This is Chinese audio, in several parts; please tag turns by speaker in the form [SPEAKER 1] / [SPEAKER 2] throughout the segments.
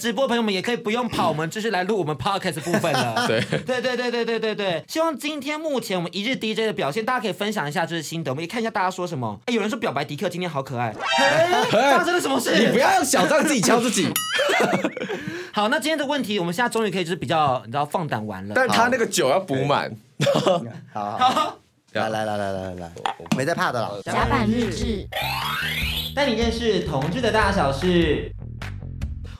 [SPEAKER 1] 直播朋友们也可以不用跑，我们就是来录我们 podcast 部分了。
[SPEAKER 2] 对
[SPEAKER 1] 对对对对对对对，希望今天目前我们一日 DJ 的表现，大家可以分享一下这是心得，我们也看一下大家说什么。哎，有人说表白迪克今天好可爱，嘿发生了什么事？
[SPEAKER 2] 你不要用小账自己敲自己。
[SPEAKER 1] 好，那今天的问题，我们现在终于可以就是比较你知道放胆玩了。
[SPEAKER 2] 但是他那个酒要补满，
[SPEAKER 3] 好好，
[SPEAKER 1] 好，
[SPEAKER 3] 来来来来来来，没在怕的了。
[SPEAKER 4] 甲板日志。
[SPEAKER 1] 带你认识同志的大小事。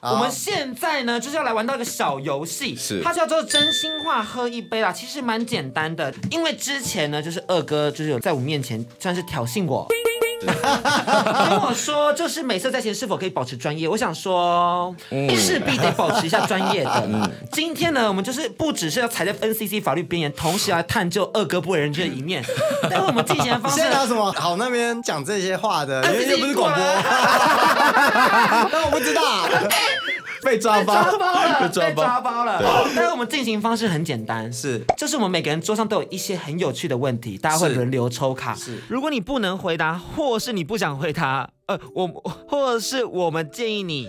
[SPEAKER 3] 好
[SPEAKER 1] 我们现在呢，就是要来玩到一个小游戏，
[SPEAKER 2] 是
[SPEAKER 1] 它叫做真心话喝一杯啦，其实蛮简单的，因为之前呢，就是二哥就是有在我面前算是挑衅我，跟我说就是美色在前是否可以保持专业，我想说势必得保持一下专业的。今天呢，我们就是不只是要踩在 NCC 法律边缘，同时来探究二哥不为人知的一面，但是我们哎进行的
[SPEAKER 3] 你
[SPEAKER 1] 方式
[SPEAKER 3] 现在。聊什么？好，那边讲这些话的，因为又不是广播， 那我不知道， 被抓包
[SPEAKER 1] 抓包了，被
[SPEAKER 2] 抓包
[SPEAKER 1] 抓包了。但是我们进行方式很简单，
[SPEAKER 3] 是
[SPEAKER 1] 就是我们每个人桌上都有一些很有趣的问题，大家会
[SPEAKER 3] 是
[SPEAKER 1] 轮流抽卡。
[SPEAKER 3] 是
[SPEAKER 1] 如果你不能回答，或是你不想回答，呃，我或是我们建议你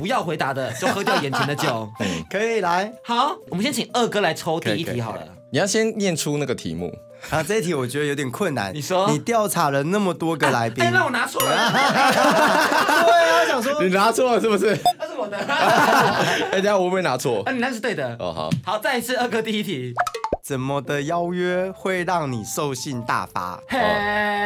[SPEAKER 1] 不要回答的，就喝掉眼前的酒。
[SPEAKER 3] 可以来
[SPEAKER 1] 好，我们先请二哥来抽第一
[SPEAKER 2] 可以可
[SPEAKER 1] 题
[SPEAKER 2] 以
[SPEAKER 1] 好了。
[SPEAKER 2] 你要先念出那个题目。
[SPEAKER 3] 啊！这一题我觉得有点困难。
[SPEAKER 1] 你说
[SPEAKER 3] 你调查了那么多个来宾
[SPEAKER 1] 哎，，让我拿错 了，
[SPEAKER 3] 对啊，我想说
[SPEAKER 2] 你拿错了是不是？
[SPEAKER 1] 那是我的。 啊
[SPEAKER 2] 哎，等一下我会不会拿错
[SPEAKER 1] 啊，？你那是对的。
[SPEAKER 2] 哦，好，
[SPEAKER 1] 好，再一次二哥第一题。
[SPEAKER 3] 怎么的邀约会让你兽性大
[SPEAKER 5] 哦
[SPEAKER 3] 发？
[SPEAKER 1] 嘿、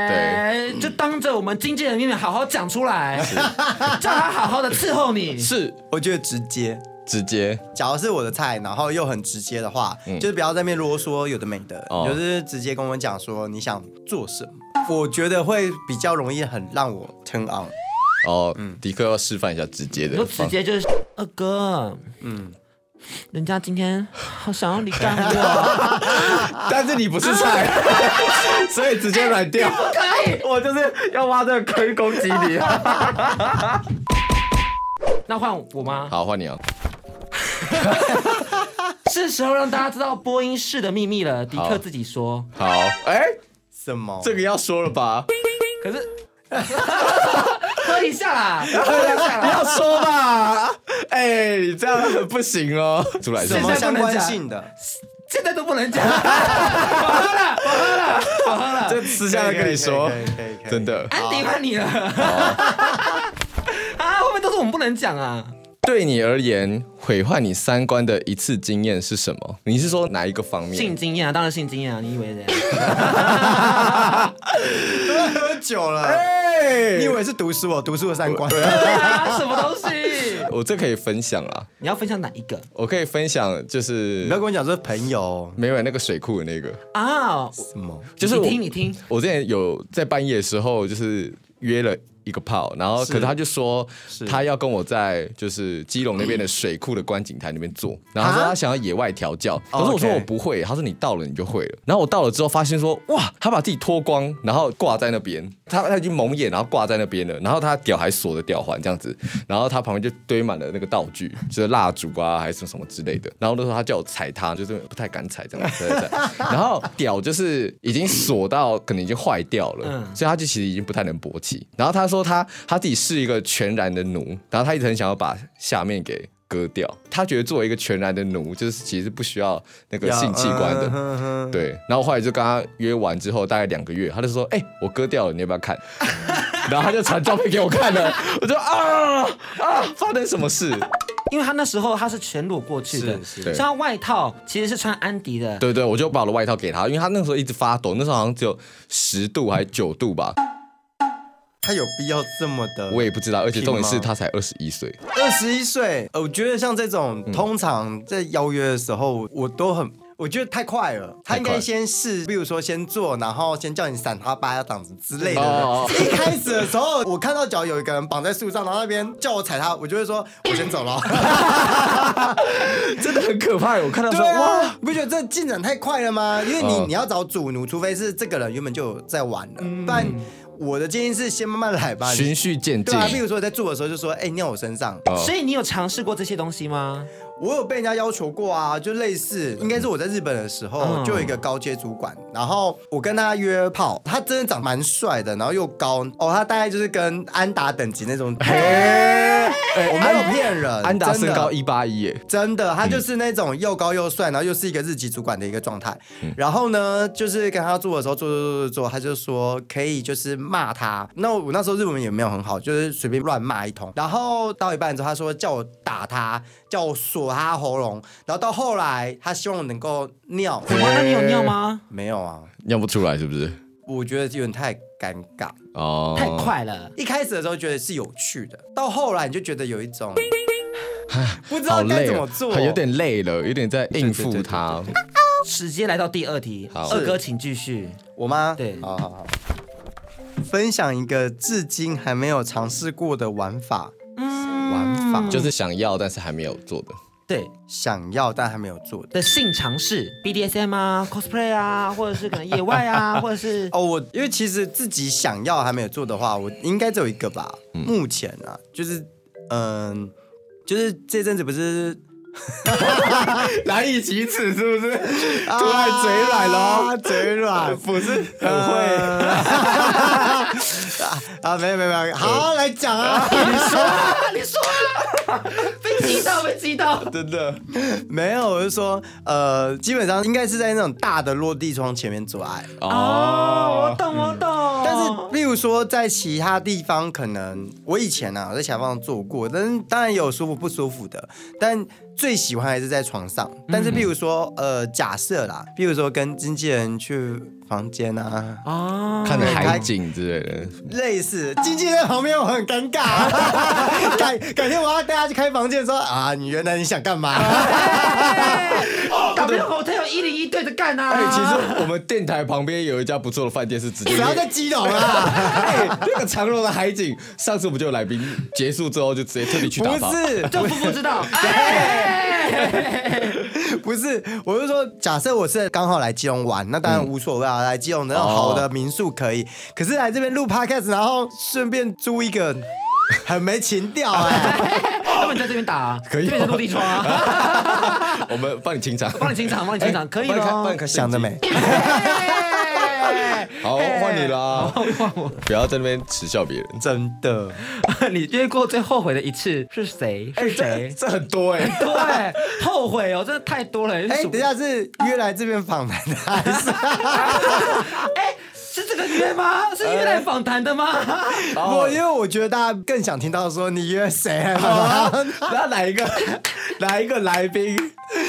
[SPEAKER 2] 对
[SPEAKER 1] 就当着我们经纪人面好好讲出来， 叫他好好的伺候你。
[SPEAKER 2] 是
[SPEAKER 3] 我觉得直接。
[SPEAKER 2] 直接
[SPEAKER 3] 假如是我的菜，然后又很直接的话，
[SPEAKER 1] 嗯
[SPEAKER 3] 就是不要在那边啰嗦，有的没的，
[SPEAKER 2] 哦
[SPEAKER 3] 就是直接跟我讲说你想做什么，我觉得会比较容易很让我 turn on。
[SPEAKER 2] 哦。迪克要示范一下直接的
[SPEAKER 1] 我直
[SPEAKER 2] 方，
[SPEAKER 1] 接就是二哥，嗯，人家今天好想要你干我，
[SPEAKER 2] 但是你不是菜， 所以直接软掉。
[SPEAKER 5] 我就是要挖这个坑攻击你。
[SPEAKER 1] 那换我吗？
[SPEAKER 2] 好，换你啊。
[SPEAKER 1] 是时候让大家知道播音室的秘密了。迪克自己说，
[SPEAKER 2] 好，哎，
[SPEAKER 3] 什么？
[SPEAKER 2] 这个要说了吧？
[SPEAKER 1] 可是 喝一下啦，喝一下啦。
[SPEAKER 2] 要说吧？哎，你这样很不行哦。出来是
[SPEAKER 3] 什
[SPEAKER 1] 现
[SPEAKER 2] 吗
[SPEAKER 1] 在
[SPEAKER 3] 么
[SPEAKER 1] 不
[SPEAKER 3] 相
[SPEAKER 1] 能
[SPEAKER 3] 关
[SPEAKER 1] 讲
[SPEAKER 3] 性的？
[SPEAKER 1] 现在都不能讲，我喝了，我喝了，我喝了。
[SPEAKER 2] 这私下再跟你说
[SPEAKER 3] 可以，可以可以可以可以
[SPEAKER 2] 真的。
[SPEAKER 1] 安迪换你了。 啊，会不会都是我们不能讲啊？
[SPEAKER 2] 对你而言，毁坏你三观的一次经验是什么？你是说哪一个方
[SPEAKER 1] 性
[SPEAKER 2] 面？
[SPEAKER 1] 经验啊，当然性经验啊，你以为的？
[SPEAKER 3] 喝酒了，
[SPEAKER 2] 哎
[SPEAKER 3] 你以为是读书哦？读书的三观。
[SPEAKER 1] 对 啊，什么东西？
[SPEAKER 2] 我这可以分享啦，
[SPEAKER 1] 你要分享哪一个
[SPEAKER 2] 我可以分享就是
[SPEAKER 3] 你 不要跟我讲说朋友
[SPEAKER 2] 没有那个水库的那个，
[SPEAKER 1] 啊？
[SPEAKER 3] 什么，
[SPEAKER 2] 就是
[SPEAKER 1] 你
[SPEAKER 2] 我
[SPEAKER 1] 听你听，
[SPEAKER 2] 我之前有在半夜的时候就是约了。一个炮，然后
[SPEAKER 3] 是
[SPEAKER 2] 可是他就说他要跟我在就是基隆那边的水库的观景台那边做，然后他说他想要野外调教，
[SPEAKER 3] 啊哦
[SPEAKER 2] 可是我说
[SPEAKER 3] OK
[SPEAKER 2] 我不会，他说你到了你就会了。然后我到了之后发现说哇，他把自己脱光，然后挂在那边，他他已经蒙眼，然后挂在那边了，然后他屌还锁着吊环这样子，然后他旁边就堆满了那个道具，就是蜡烛啊还是什么什么之类的。然后那时候他叫我踩他，就是不太敢踩这样子，踩踩踩然后屌就是已经锁到可能已经坏掉了，
[SPEAKER 1] 嗯
[SPEAKER 2] 所以他就其实已经不太能勃起。然后他说他他自己是一个全然的奴，然后他一直很想要把下面给。割掉，他觉得作为一个全然的奴，就是其实不需要那个性器官的，
[SPEAKER 3] 嗯的。
[SPEAKER 2] 对，然后后来就跟他约完之后，大概两个月，他就说：“哎、我割掉了，你要不要 看？”然后他就传照片给我看了， 我就啊啊，发生什么事？
[SPEAKER 1] 因为他那时候他是全裸过去的，
[SPEAKER 3] 是
[SPEAKER 2] 是
[SPEAKER 1] 像他外套其实是穿安迪的，
[SPEAKER 2] 对对，我就把我的外套给他，因为他那时候一直发抖，那时候好像只有十度还九度吧，
[SPEAKER 3] 他有必要这么的？
[SPEAKER 2] 我也不知道。而且重点是
[SPEAKER 3] 屁吗
[SPEAKER 2] 他才二十一岁，
[SPEAKER 3] 二十一岁，呃我觉得像这种
[SPEAKER 2] 嗯
[SPEAKER 3] 通常在邀约的时候，我都很。我觉得太快了，他
[SPEAKER 2] 太快
[SPEAKER 3] 应该先试，比如说先做，然后先叫你闪他巴掌子之类
[SPEAKER 2] 哦
[SPEAKER 3] 的
[SPEAKER 2] 哦。
[SPEAKER 3] 一开始的时候，我看到脚有一个人绑在树上，然后那边叫我踩他，我就会说，我先走了。
[SPEAKER 2] 真的很可怕。我看到
[SPEAKER 3] 对啊，你不觉得这进展太快了吗？因为你、
[SPEAKER 2] 嗯
[SPEAKER 3] 你要找主奴，除非是这个人原本就有在玩了，不然我的建议是先慢慢来吧。
[SPEAKER 2] 循序渐
[SPEAKER 3] 对啊
[SPEAKER 2] 进。
[SPEAKER 3] 啊，比如说在做的时候就说，哎、尿我身上，
[SPEAKER 2] 哦
[SPEAKER 1] 所以你有尝试过这些东西吗？
[SPEAKER 3] 我有被人家要求过啊，就类
[SPEAKER 2] 嗯
[SPEAKER 3] 似，应该是我在日本的时候，
[SPEAKER 1] 嗯
[SPEAKER 3] 就有一个高阶主管，然后我跟他约炮，他真的长蛮帅的，然后又高，哦，他大概就是跟安达等级那种，我没有骗人，
[SPEAKER 2] 哎安达身
[SPEAKER 3] 真的
[SPEAKER 2] 高一八一耶，
[SPEAKER 3] 真的，他就是那种又高又帅，然后又是一个日籍主管的一个状态。
[SPEAKER 2] 嗯
[SPEAKER 3] 然后呢，就是跟他做的时候，做做做做做，他就说可以就是骂他。那我那时候日文也没有很好，就是随便乱骂一通。然后到一半之后，他说叫我打他，叫我锁他喉咙。然后到后来，他希望我能够 尿，
[SPEAKER 1] 哇，那你有尿吗？
[SPEAKER 3] 没有啊，
[SPEAKER 2] 尿不出来是不是？
[SPEAKER 3] 我觉得有点太尴尬。
[SPEAKER 2] 哦，
[SPEAKER 1] 太快了。
[SPEAKER 3] 一开始的时候觉得是有趣的，到后来你就觉得有一 种不知
[SPEAKER 2] 好
[SPEAKER 3] 道该
[SPEAKER 2] 累
[SPEAKER 3] 怎
[SPEAKER 2] 哦，
[SPEAKER 3] 么做，
[SPEAKER 2] 有点累了，有点在应付
[SPEAKER 3] 对对对对
[SPEAKER 2] 他。
[SPEAKER 1] 直接来到第二题，
[SPEAKER 2] 好
[SPEAKER 1] 二哥请继续。
[SPEAKER 3] 我吗？
[SPEAKER 1] 对
[SPEAKER 3] 好好好。分享一个至今还没有尝试过的玩法，玩法
[SPEAKER 2] 就是想要，但是还没有做的。
[SPEAKER 1] 嗯对
[SPEAKER 3] 想要但还没有做的。
[SPEAKER 1] 的性尝试，BDSM 啊，cosplay 啊，或者是可能野外啊，或者是
[SPEAKER 3] 哦，我因为其实自己想要还没有做的话，我应该只有一个吧。目前啊，就是嗯、就是这阵子不是
[SPEAKER 5] 难以启齿，是不是？
[SPEAKER 3] 突然嘴软了、啊嘴软
[SPEAKER 5] 不是很
[SPEAKER 3] 会
[SPEAKER 5] 会，
[SPEAKER 3] 啊，没有没有没有，好来讲啊。
[SPEAKER 1] 被击到，被击到。
[SPEAKER 5] 真的。
[SPEAKER 3] 没有，我是说，呃，基本上应该是在那种大的落地窗前面做爱。
[SPEAKER 1] 哦，我懂，我懂。
[SPEAKER 3] 但是，例如说，在其他地方，可能我以前啊，我在甲方做过，但是当然也有舒服不舒服的，但最喜欢还是在床上。但是，譬如说，呃，假设啦，譬如说跟经纪人去房间啊，
[SPEAKER 1] 啊，
[SPEAKER 2] 看着海景之类的，
[SPEAKER 3] 类似，经纪人在旁边我很尴尬，啊改改天我要带他去开房间，说啊，你原来你想干嘛？
[SPEAKER 1] 哎 W Hotel 一零一对着干啊。
[SPEAKER 2] 哎、其实我们电台旁边有一家不错的饭店是直接
[SPEAKER 3] 不。要再激动 了。
[SPEAKER 2] 哎，那个长隆的海景，上次不就有来宾结束之后就直接特地去打
[SPEAKER 3] 不
[SPEAKER 2] 包？
[SPEAKER 3] 是，
[SPEAKER 1] 就夫妇知道。哎
[SPEAKER 3] 不是，我是说，假设我是刚好来基隆玩，那当然无所谓啊，来基隆那种好的民宿可以。可是来这边录 podcast，然后顺便租一个，很没情调 哎、
[SPEAKER 1] 他们在这边打啊，可以这边是落地窗啊，
[SPEAKER 2] 我们帮你清场，哎
[SPEAKER 1] 帮你清场，帮你清场，可以
[SPEAKER 2] 帮你看
[SPEAKER 3] 哦
[SPEAKER 2] 帮
[SPEAKER 1] 喽
[SPEAKER 2] 你。看
[SPEAKER 3] 想得美。
[SPEAKER 1] 哎
[SPEAKER 2] 好，换你啦！
[SPEAKER 1] 换我。
[SPEAKER 2] 不要在那边耻笑别人，
[SPEAKER 3] 真的，
[SPEAKER 1] 你约过最后悔的一次是谁？是谁？
[SPEAKER 2] 这很多哎、
[SPEAKER 1] 对，后悔哦，真的太多了。
[SPEAKER 3] 哎、
[SPEAKER 1] 哎
[SPEAKER 3] 等一，下是约来这边访谈的还 是？
[SPEAKER 1] 哎，是这个约吗？是约来访谈的吗？
[SPEAKER 3] 我因为我觉得大家更想听到说你约谁啊来 访谈，
[SPEAKER 2] 那哪一个哪一个来宾，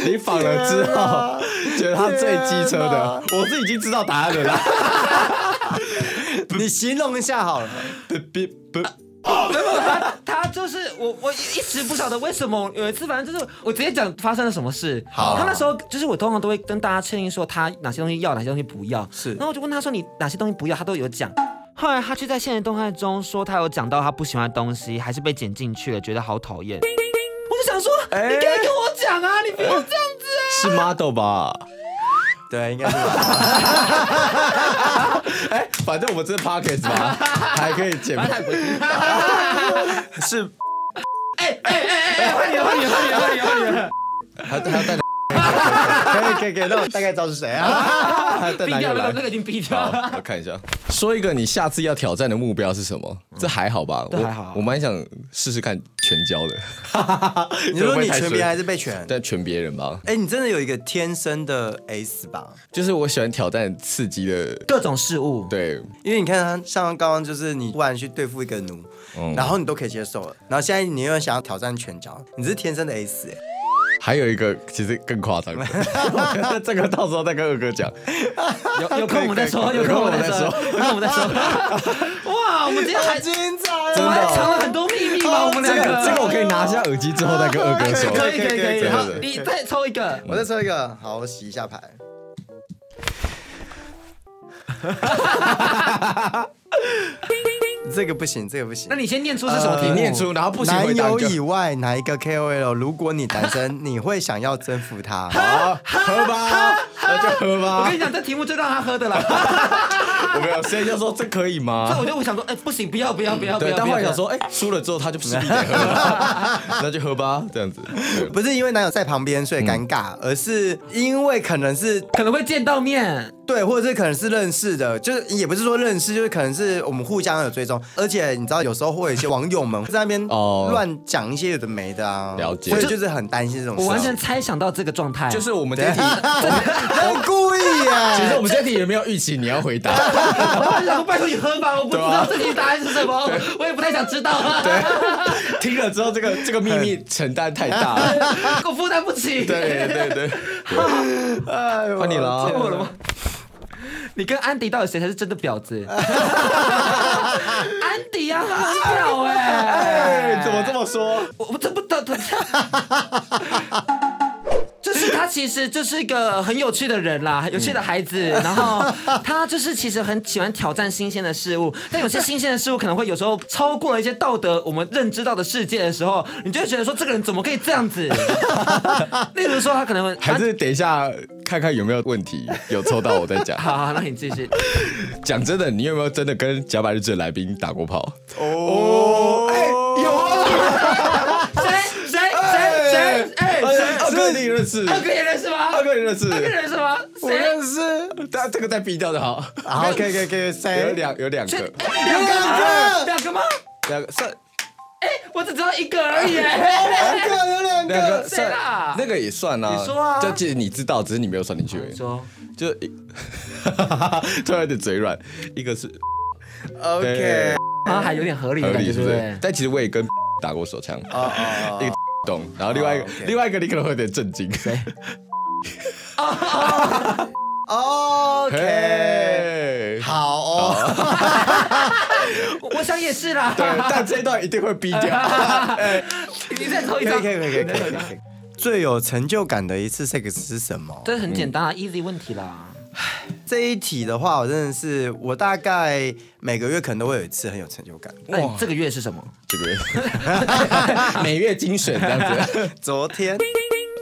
[SPEAKER 2] 你访
[SPEAKER 3] 啊
[SPEAKER 2] 了之后觉得他最机车
[SPEAKER 3] 天
[SPEAKER 2] 的
[SPEAKER 3] 哪？
[SPEAKER 2] 我是已经知道答 案了啦。
[SPEAKER 3] 你形容一下好了。
[SPEAKER 2] 不不不，
[SPEAKER 1] 他就是我，我一直不晓得为什么有一次，反正就是我直接讲发生了什么事。
[SPEAKER 3] 好
[SPEAKER 1] 他那时候就是我通常都会跟大家确定说他哪些东西要，哪些东西不要。
[SPEAKER 3] 是
[SPEAKER 1] 然后我就问他说你哪些东西不要，他都有讲。后来他却在现实动态中说他有讲到他不喜欢的东西，还是被剪进去了，觉得好讨厌。我就想说，你可以跟我讲啊，你不要这样子啊。
[SPEAKER 2] 是 model 吧？
[SPEAKER 3] 对，应该是吧。
[SPEAKER 2] 哎，反正我们这是 podcast 嘛， 还可以剪。
[SPEAKER 3] 是
[SPEAKER 1] 换你了，换你了，换你了，换你了，换你了。
[SPEAKER 2] 他他带
[SPEAKER 3] 可以可以可以，那我大概知道是谁 啊？
[SPEAKER 2] 他 带
[SPEAKER 1] 逼
[SPEAKER 2] 男
[SPEAKER 1] 掉
[SPEAKER 2] 友
[SPEAKER 1] 那
[SPEAKER 2] 来
[SPEAKER 1] 个，那。个已经逼掉了。
[SPEAKER 2] 好，我看一下，说一个你下次要挑战的目标是什么？这还好吧？
[SPEAKER 1] 嗯这
[SPEAKER 2] 我
[SPEAKER 1] 还好啊
[SPEAKER 2] 我蛮想试试看全交的，
[SPEAKER 3] 你说你全别还是被
[SPEAKER 1] 嗯
[SPEAKER 3] 全？
[SPEAKER 2] 但全别人吧。
[SPEAKER 3] 哎、你真的有一个天生的 S 吧？
[SPEAKER 2] 就是我喜欢挑战刺激的，
[SPEAKER 1] 各种事物，
[SPEAKER 2] 对，
[SPEAKER 3] 因为你看他像刚刚就是你突然去对付一个奴，
[SPEAKER 2] 嗯
[SPEAKER 3] 然后你都可以接受了，然后现在你又想要挑战拳脚，你是天生的 S 哎、
[SPEAKER 2] 还有一个其实更夸张的， 这个到时候再跟二哥讲。
[SPEAKER 1] 有 有空我们再说，有空我们再说， 有空我们再说。 哇，我们今天还
[SPEAKER 3] 好精彩、
[SPEAKER 1] 我们还藏了很多秘密吗？我们
[SPEAKER 2] 这
[SPEAKER 1] 两
[SPEAKER 2] 个这个我可以拿下耳机之后再跟二哥说。
[SPEAKER 1] 可以可以可以，
[SPEAKER 2] 对
[SPEAKER 1] 好，
[SPEAKER 2] 对对
[SPEAKER 1] 你再抽一个。
[SPEAKER 3] 我再抽一个，好，我洗 一下牌。这个不行，这个不行
[SPEAKER 1] 那。你先念出是什么呃题
[SPEAKER 2] 你
[SPEAKER 1] 目？
[SPEAKER 2] 念出，然后不行回
[SPEAKER 3] 男
[SPEAKER 2] 答
[SPEAKER 3] 友
[SPEAKER 2] 你就
[SPEAKER 3] 以外哪一个 KOL，如果你单身，你会想要征 服他？
[SPEAKER 2] 好，喝吧，那就喝
[SPEAKER 1] 我
[SPEAKER 2] 吧
[SPEAKER 1] 啊 跟。你讲，这题目就让他喝的了。
[SPEAKER 2] 我没有，所以就说这可以
[SPEAKER 1] 所以我
[SPEAKER 2] 吗？
[SPEAKER 1] 就会想说，哎、不行，不要不要不要不
[SPEAKER 2] 对，
[SPEAKER 1] 要。
[SPEAKER 2] 但后
[SPEAKER 1] 不
[SPEAKER 2] 来
[SPEAKER 1] 要
[SPEAKER 2] 想，说，哎、输了之后他就 势必得喝了，那就喝吧，这样子。对
[SPEAKER 3] 不是因为男友在旁边
[SPEAKER 2] 嗯
[SPEAKER 3] 所以尴尬，而是因为可能是
[SPEAKER 1] 可能会见到面，
[SPEAKER 3] 对，或者是可能是认识的，就是也不是说认识，就是可能是我们互相有追踪，而且你知道有时候会有一些网友们 在那边
[SPEAKER 2] 哦
[SPEAKER 3] 乱讲一些有的没的啊，
[SPEAKER 2] 了解
[SPEAKER 3] 所以就是很担心这种事。啊
[SPEAKER 1] 我完全猜想到这个状态，
[SPEAKER 2] 就是我们 这一题，
[SPEAKER 3] 很故意耶，
[SPEAKER 2] 其实我们这一题也没有预期你要回答。
[SPEAKER 1] 我拜托你喝吧，我不知道自己答案是什么，我也不太想知道，啊
[SPEAKER 2] 听了之后，这个这个秘密承担太大了。
[SPEAKER 1] 我负担不起。
[SPEAKER 2] 哎 对对对，
[SPEAKER 3] 哎呦
[SPEAKER 2] 换你了啊
[SPEAKER 1] 见我了吗？你跟安迪到底谁才是真的婊 子？安迪呀、他很婊哎、
[SPEAKER 2] 哎，怎么这么说？
[SPEAKER 1] 我我这不得得。就是他其实就是一个很有趣的人
[SPEAKER 2] 嗯
[SPEAKER 1] 啦，有趣的孩子。然后他就是其实很喜欢挑战新鲜的事物，但有些新鲜的事物可能会有时候超过了一些道德我们认知到的世界的时候，你就会觉得说这个人怎么可以这样 子？例如说他可能会啊
[SPEAKER 2] 还是等一下看看有没有问题，有抽到我再讲
[SPEAKER 1] 啊。好好，那你继续。
[SPEAKER 2] 讲真的，你有没有真的跟甲板日志的来宾打过炮？
[SPEAKER 3] 哦，哎有啊，
[SPEAKER 1] 谁谁谁谁？哎，谁？
[SPEAKER 2] 二哥你认识？
[SPEAKER 1] 二哥也认识吗？
[SPEAKER 2] 二哥你认识？
[SPEAKER 1] 二 哥认识吗？
[SPEAKER 3] 我
[SPEAKER 1] 谁
[SPEAKER 3] 认？识，
[SPEAKER 2] 但这个再逼掉就好。
[SPEAKER 3] 好，可以可以可以，
[SPEAKER 2] 有
[SPEAKER 3] 谁？
[SPEAKER 2] 两有两
[SPEAKER 1] 这
[SPEAKER 2] 个，
[SPEAKER 1] 哎两个吗？两个吗？
[SPEAKER 2] 两个算
[SPEAKER 1] 我只知道一个而已。
[SPEAKER 3] 两个哎有
[SPEAKER 2] 两
[SPEAKER 3] 两个，
[SPEAKER 2] 个
[SPEAKER 1] 谁啦
[SPEAKER 2] 算那个也算啊。
[SPEAKER 1] 你说啊
[SPEAKER 2] 这其实你知道，只是你没有算进去而 已。
[SPEAKER 1] 说
[SPEAKER 2] 就一， 突然有点嘴软。一个是
[SPEAKER 3] OK，
[SPEAKER 1] 好像还有点合理
[SPEAKER 2] 合
[SPEAKER 1] 的感
[SPEAKER 2] 理，
[SPEAKER 1] 觉，
[SPEAKER 2] 是
[SPEAKER 1] 啊对
[SPEAKER 2] 不
[SPEAKER 1] 不
[SPEAKER 2] 是
[SPEAKER 1] 对？？
[SPEAKER 2] 但其实我也跟 打过手枪，
[SPEAKER 3] 哦哦哦，
[SPEAKER 2] 懂。然后另外一个
[SPEAKER 3] 哦，OK
[SPEAKER 2] 另外一个你可能会有点震惊。
[SPEAKER 3] 哦 OK，
[SPEAKER 2] 嘿
[SPEAKER 3] 好哦，
[SPEAKER 1] 我我想也是啦。
[SPEAKER 2] 对，但这一段一定会逼掉。
[SPEAKER 1] 你再抽一
[SPEAKER 3] 可以
[SPEAKER 1] 张，
[SPEAKER 3] 可以可以可以可以可 以。最有成就感的一次 sex 是什么？
[SPEAKER 1] 这很简单啊，easy 问题啦。
[SPEAKER 3] 这一题的话，我真的是我大概每个月可能都会有一次很有成就感。
[SPEAKER 1] 那你哎这个月是什么？
[SPEAKER 2] 这个月 每月精选这样子，
[SPEAKER 3] 昨 天，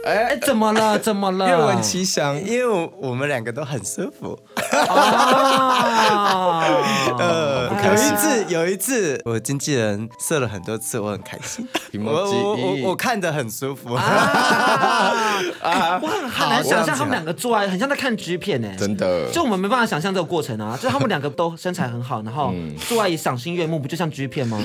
[SPEAKER 1] 哎，怎么了？怎么了？
[SPEAKER 2] 愿闻其详。
[SPEAKER 3] 因为我们两个都很舒服，
[SPEAKER 1] 啊哦。
[SPEAKER 3] 呃，有一次有一次，我经纪人射了很多次，我很开 心，
[SPEAKER 2] 提
[SPEAKER 3] 我
[SPEAKER 2] 莫基
[SPEAKER 3] 我我我看得很舒服。
[SPEAKER 1] 啊哎我很很难想象他们两个做爱，很像在看 G 片呢。
[SPEAKER 2] 真的
[SPEAKER 1] 就我们没办法想象这个过程啊，就是他们两个都身材很好，然后
[SPEAKER 2] 嗯
[SPEAKER 1] 做爱也赏心悦目，不就像 G 片吗？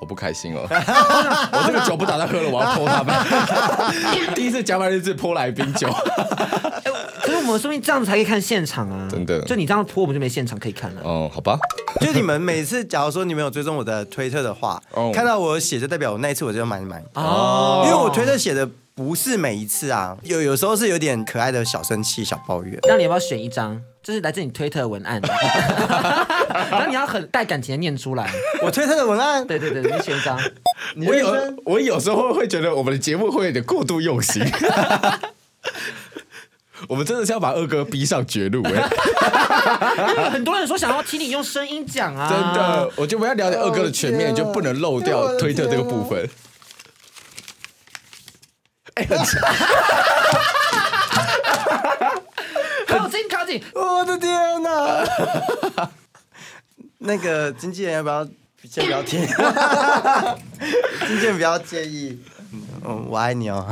[SPEAKER 2] 好不开心哦！ 我这个酒不打算喝了，我要泼他们。 第一次甲板日志泼来宾酒，
[SPEAKER 1] 可是我们说明这样子才可以看现场啊！
[SPEAKER 2] 真的
[SPEAKER 1] 就你这样拖，我们就没现场可以看了。
[SPEAKER 2] 哦，好吧，
[SPEAKER 3] 就你们每次，假如说你们有追踪我的推特的话
[SPEAKER 2] 哦，
[SPEAKER 3] 看到我有写，就代表我那一次我就满满，
[SPEAKER 1] 哦
[SPEAKER 3] 因为我推特写的不是每一次啊，有有时候是有点可爱的小生气、小抱怨。
[SPEAKER 1] 那你要不要选一张？就是来自你推特的文案， 然后你要很带感情的念出来。
[SPEAKER 3] 我推特的文案，
[SPEAKER 1] 对对对，你选一张。
[SPEAKER 2] 我有我有时候会觉得我们的节目会有点过度用心。 我们真的是要把二哥逼上绝路哎、
[SPEAKER 1] 因为很多人说想要听你用声音讲啊，
[SPEAKER 2] 真的，我觉得我们要了解二哥的全面，
[SPEAKER 3] 哦天啊
[SPEAKER 2] 就不能漏掉推特这个部分。
[SPEAKER 1] 靠近靠近，
[SPEAKER 3] 我的天 哪！那个经纪人要不要先不要 听？经纪人不要介意。嗯，我爱你哦。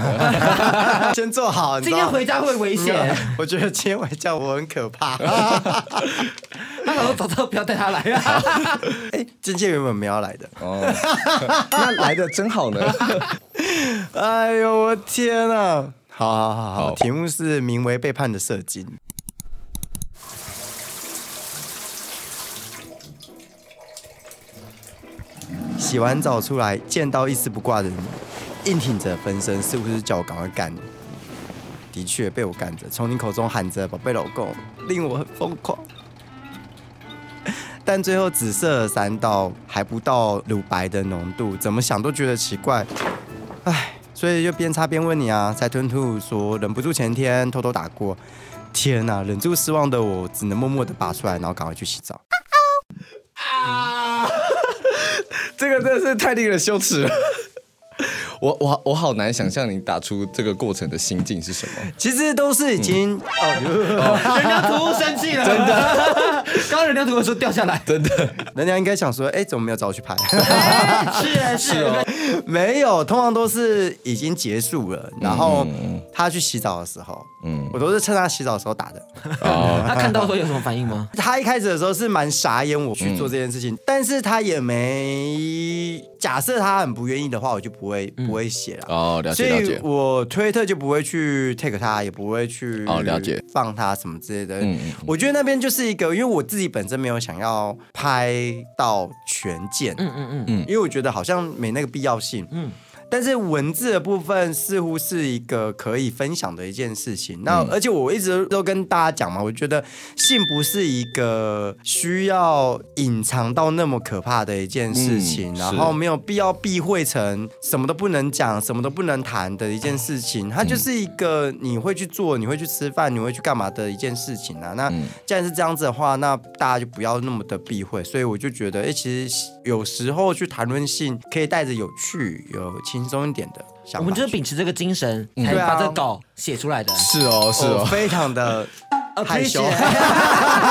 [SPEAKER 3] 先做好，你
[SPEAKER 1] 今
[SPEAKER 3] 知
[SPEAKER 1] 天
[SPEAKER 3] 道
[SPEAKER 1] 回家会危
[SPEAKER 2] 嗯
[SPEAKER 1] 险。
[SPEAKER 3] 我觉得今天晚上我很可 怕。
[SPEAKER 1] 他老说早知道不要带他来 啊。
[SPEAKER 3] 哎，经纪人原本没有要来的。
[SPEAKER 2] 哦， 那来的真好 呢。
[SPEAKER 3] 哎呦，我天啊！好好好好，
[SPEAKER 2] 好
[SPEAKER 3] 题目是名为《背叛的射精》。洗完澡出来，见到一丝不挂的你，硬挺着分身，似乎是叫我赶快干你。的确被我干着，从你口中喊着“宝贝老公”，令我很疯狂。但最后只射了三道，还不到乳白的浓度，怎么想都觉得奇怪。唉，所以就边擦边问你啊，才吞吐说忍不住前天偷偷打过。天呐、忍住失望的我，只能默默的拔出来，然后赶快去洗澡。
[SPEAKER 2] 这个真的是太令人羞耻了。 我我我好难想象你打出这个过程的心境是什么。
[SPEAKER 3] 其实都是已经、哦
[SPEAKER 1] 人家图物生气了，真的。刚刚人家图物说掉下来，真的
[SPEAKER 3] 哦，人家应该想说，哎，怎么没有找我去 拍？
[SPEAKER 1] 是是。哦
[SPEAKER 3] 没有，通常都是已经结束了，然后他去洗澡的时候，嗯，我都是趁他洗澡的时候打的。
[SPEAKER 2] 哦，
[SPEAKER 1] 他看到说有什么反应吗？
[SPEAKER 3] 他一开始的时候是蛮傻眼我去做这件事情，但是他也没假设他很不愿意的话，我就不会、不会写了。
[SPEAKER 2] 哦了解
[SPEAKER 3] 所以
[SPEAKER 2] 了解
[SPEAKER 3] 我推特就不会去 take 他，也不会去
[SPEAKER 2] 哦了解
[SPEAKER 3] 放他什么之类的。
[SPEAKER 2] 嗯嗯
[SPEAKER 3] 我觉得那边就是一个，因为我自己本身没有想要拍到全件，嗯嗯嗯嗯，因为我觉得好像没那个必要性，嗯。但是文字的部分似乎是一个可以分享的一件事情。那、
[SPEAKER 2] 嗯
[SPEAKER 3] 而且我一直都跟大家讲嘛，我觉得性不是一个需要隐藏到那么可怕的一件事情，
[SPEAKER 2] 嗯
[SPEAKER 3] 然
[SPEAKER 2] 是
[SPEAKER 3] 后没有必要避讳成什么都不能讲、什么都不能谈的一件事情。
[SPEAKER 1] 嗯
[SPEAKER 3] 它就是一个你会去做、你会去吃饭、你会去干嘛的一件事情啊。那
[SPEAKER 1] 嗯
[SPEAKER 3] 既然是这样子的话，那大家就不要那么的避讳。所以我就觉得，哎、其实有时候去谈论性，可以带着有趣、有轻松一点的想法去。
[SPEAKER 1] 我们就是秉持这个精神，才
[SPEAKER 3] 对啊
[SPEAKER 1] 把这个稿写出来的。
[SPEAKER 2] 是哦是
[SPEAKER 3] 我
[SPEAKER 2] 哦，
[SPEAKER 3] 非常 的
[SPEAKER 1] 哦
[SPEAKER 3] 害羞。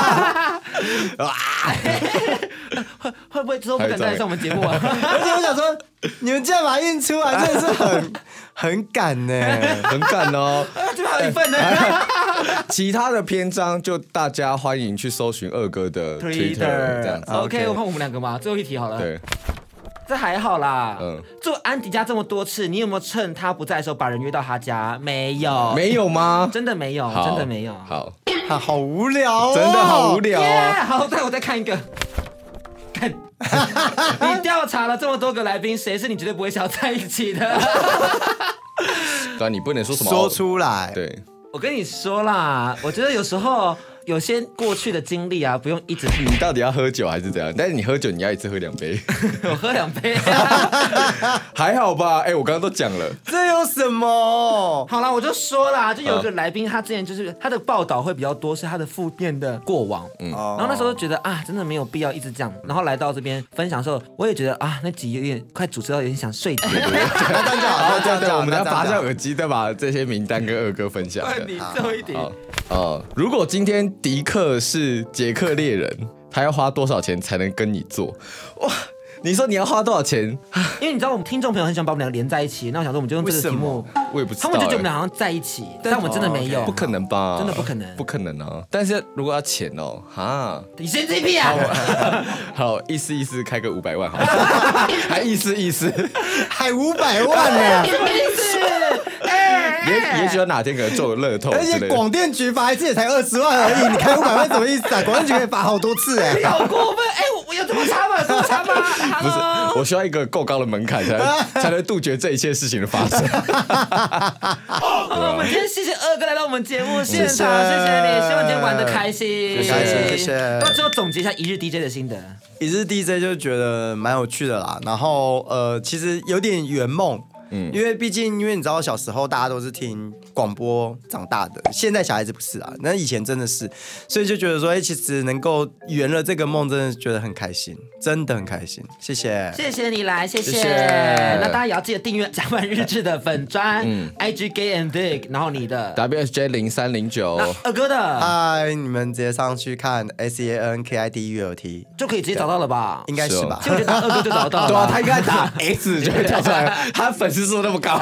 [SPEAKER 1] 会会不会之后不敢再来上我们节目 啊？
[SPEAKER 3] 而且我想说，你们这样把印出 来真的是很很敢呢、
[SPEAKER 2] 很感哦。
[SPEAKER 1] 这边还有一 份呢。
[SPEAKER 2] 其他的篇章就大家欢迎去搜寻二哥的 Twitter 这样子。
[SPEAKER 1] OK，我看我们两个嘛，最后一题好了。
[SPEAKER 2] 对，
[SPEAKER 1] 这还好啦。
[SPEAKER 2] 嗯
[SPEAKER 1] 住安迪家这么多次，你有没有趁他不在的时候把人约到他家？没有，，
[SPEAKER 2] 没有吗？
[SPEAKER 1] 真的没有，
[SPEAKER 2] 好
[SPEAKER 1] 真的没有。
[SPEAKER 2] 好，
[SPEAKER 3] 啊好无聊、哦，
[SPEAKER 2] 真的好无聊哦。
[SPEAKER 1] 耶好，再我再看一个。看，你调查了这么多个来宾，谁是你绝对不会想要在一起的？
[SPEAKER 2] 对啊，你不能说什么
[SPEAKER 3] 说出来，
[SPEAKER 2] 对，
[SPEAKER 1] 我跟你说啦，我觉得有时候有些过去的经历啊，不用一直去
[SPEAKER 2] 你到底要喝酒还是怎样？但是你喝酒，你要一次喝两杯，
[SPEAKER 1] 我喝两杯、
[SPEAKER 2] 还好吧？哎，我刚刚都讲了，
[SPEAKER 3] 这有什么？
[SPEAKER 1] 好啦，我就说啦，就有一个来宾，他之前就是他的报道会比较多，是他的负面的过往。嗯，
[SPEAKER 3] 哦
[SPEAKER 1] 然后那时候就觉得啊，真的没有必要一直这样。然后来到这边分享的时候，我也觉得啊，那集有点快主持到有点想 睡觉。
[SPEAKER 3] 那这样就好，那这样就
[SPEAKER 2] 对，
[SPEAKER 3] 好，
[SPEAKER 2] 我们要
[SPEAKER 3] 那这样
[SPEAKER 2] 拔
[SPEAKER 3] 就好
[SPEAKER 2] 下耳机，再把这些名单跟二哥分享 的。
[SPEAKER 1] 哎问你最后一题，
[SPEAKER 2] 好，呃，如果今天迪克是捷克猎人，他要花多少钱才能跟你做？哇，你说你要花多少钱？
[SPEAKER 1] 因为你知道我们听众朋友很想把我们两个连在一起，那我想说我们就用这个题目，
[SPEAKER 2] 我也不知
[SPEAKER 1] 他
[SPEAKER 2] 道、
[SPEAKER 1] 们就觉得我们
[SPEAKER 2] 欸
[SPEAKER 1] 俩好像在一起，但哦我们真的没有。
[SPEAKER 2] 不可能吧？
[SPEAKER 1] 真的不可能
[SPEAKER 2] 不可能啊！但是如果要钱哦，哈，
[SPEAKER 1] 你先这屁啊！
[SPEAKER 2] 好意思意思开个五百万好了，还意思意思，
[SPEAKER 3] 还五百万 呢、
[SPEAKER 1] 什么意思？
[SPEAKER 2] 也也许有哪天可能中了乐透
[SPEAKER 3] 而
[SPEAKER 2] 之
[SPEAKER 3] 且
[SPEAKER 2] 类的。
[SPEAKER 3] 哎广电局罚一次也才二十万而已，你开五 百万什么意思啊？广电局可以罚好多次哎、
[SPEAKER 1] 你好过分！哎、我我有这么差吗？有这么差吗？
[SPEAKER 2] 不是
[SPEAKER 1] Hello？，
[SPEAKER 2] 我需要一个够高的门槛才能才能杜绝这一切事情的发生。
[SPEAKER 1] 好了，我们今天谢谢二哥来到我们节目现场，谢
[SPEAKER 3] 谢
[SPEAKER 1] 谢你，希望今天玩的开心，
[SPEAKER 3] 谢谢谢谢
[SPEAKER 1] 那最后总结一下一日 DJ 的心得，
[SPEAKER 3] 一日 DJ 就觉得蛮有趣的啦，然后呃，其实有点圆梦。嗯，因为毕竟，因为你知道，小时候大家都是听广播长大的，现在小孩子不是啊，那以前真的是，所以就觉得说，哎、其实能够圆了这个梦，真的觉得很开心，真的很开心，谢谢。
[SPEAKER 1] 谢谢你来，谢谢。
[SPEAKER 2] 谢谢
[SPEAKER 1] 那大家也要记得订阅甲板日志的粉砖、IG
[SPEAKER 2] 嗯
[SPEAKER 1] Gay and Big，然后你的
[SPEAKER 2] WSJ 零三零九，
[SPEAKER 1] 二哥的
[SPEAKER 3] 嗨，你们直接上去看 S E A N K I D U L T，
[SPEAKER 1] 就可以直接找到了吧？
[SPEAKER 3] 应该是哦吧
[SPEAKER 1] 其？实我觉得打二哥 就找得到了。
[SPEAKER 2] 对啊，他应该打 S 就会跳出来，他粉丝数那么高。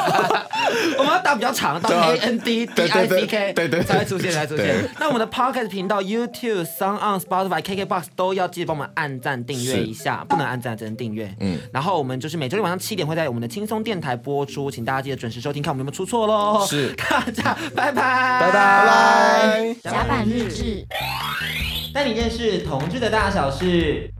[SPEAKER 1] 我们要打比较长，到
[SPEAKER 2] 对啊
[SPEAKER 1] A N D D
[SPEAKER 2] 对
[SPEAKER 1] I
[SPEAKER 2] 对
[SPEAKER 1] C
[SPEAKER 2] 对
[SPEAKER 1] K，
[SPEAKER 2] 对对对
[SPEAKER 1] 才会出现，才会出现
[SPEAKER 2] 对。
[SPEAKER 1] 那我们的 Podcast 频道、YouTube、Sound On、Spotify、KKBox 都要记得帮我们按赞、订阅一下，不能按赞只能订阅。嗯，然后我们就是每周六晚上七点会在我们的轻松电台播出，请大家记得准时收听，看我们有没有出错喽。
[SPEAKER 2] 是
[SPEAKER 1] 大 家拜拜，拜
[SPEAKER 2] 拜拜
[SPEAKER 3] 拜。
[SPEAKER 4] 甲板日志。
[SPEAKER 1] 带你认识同志的大小事。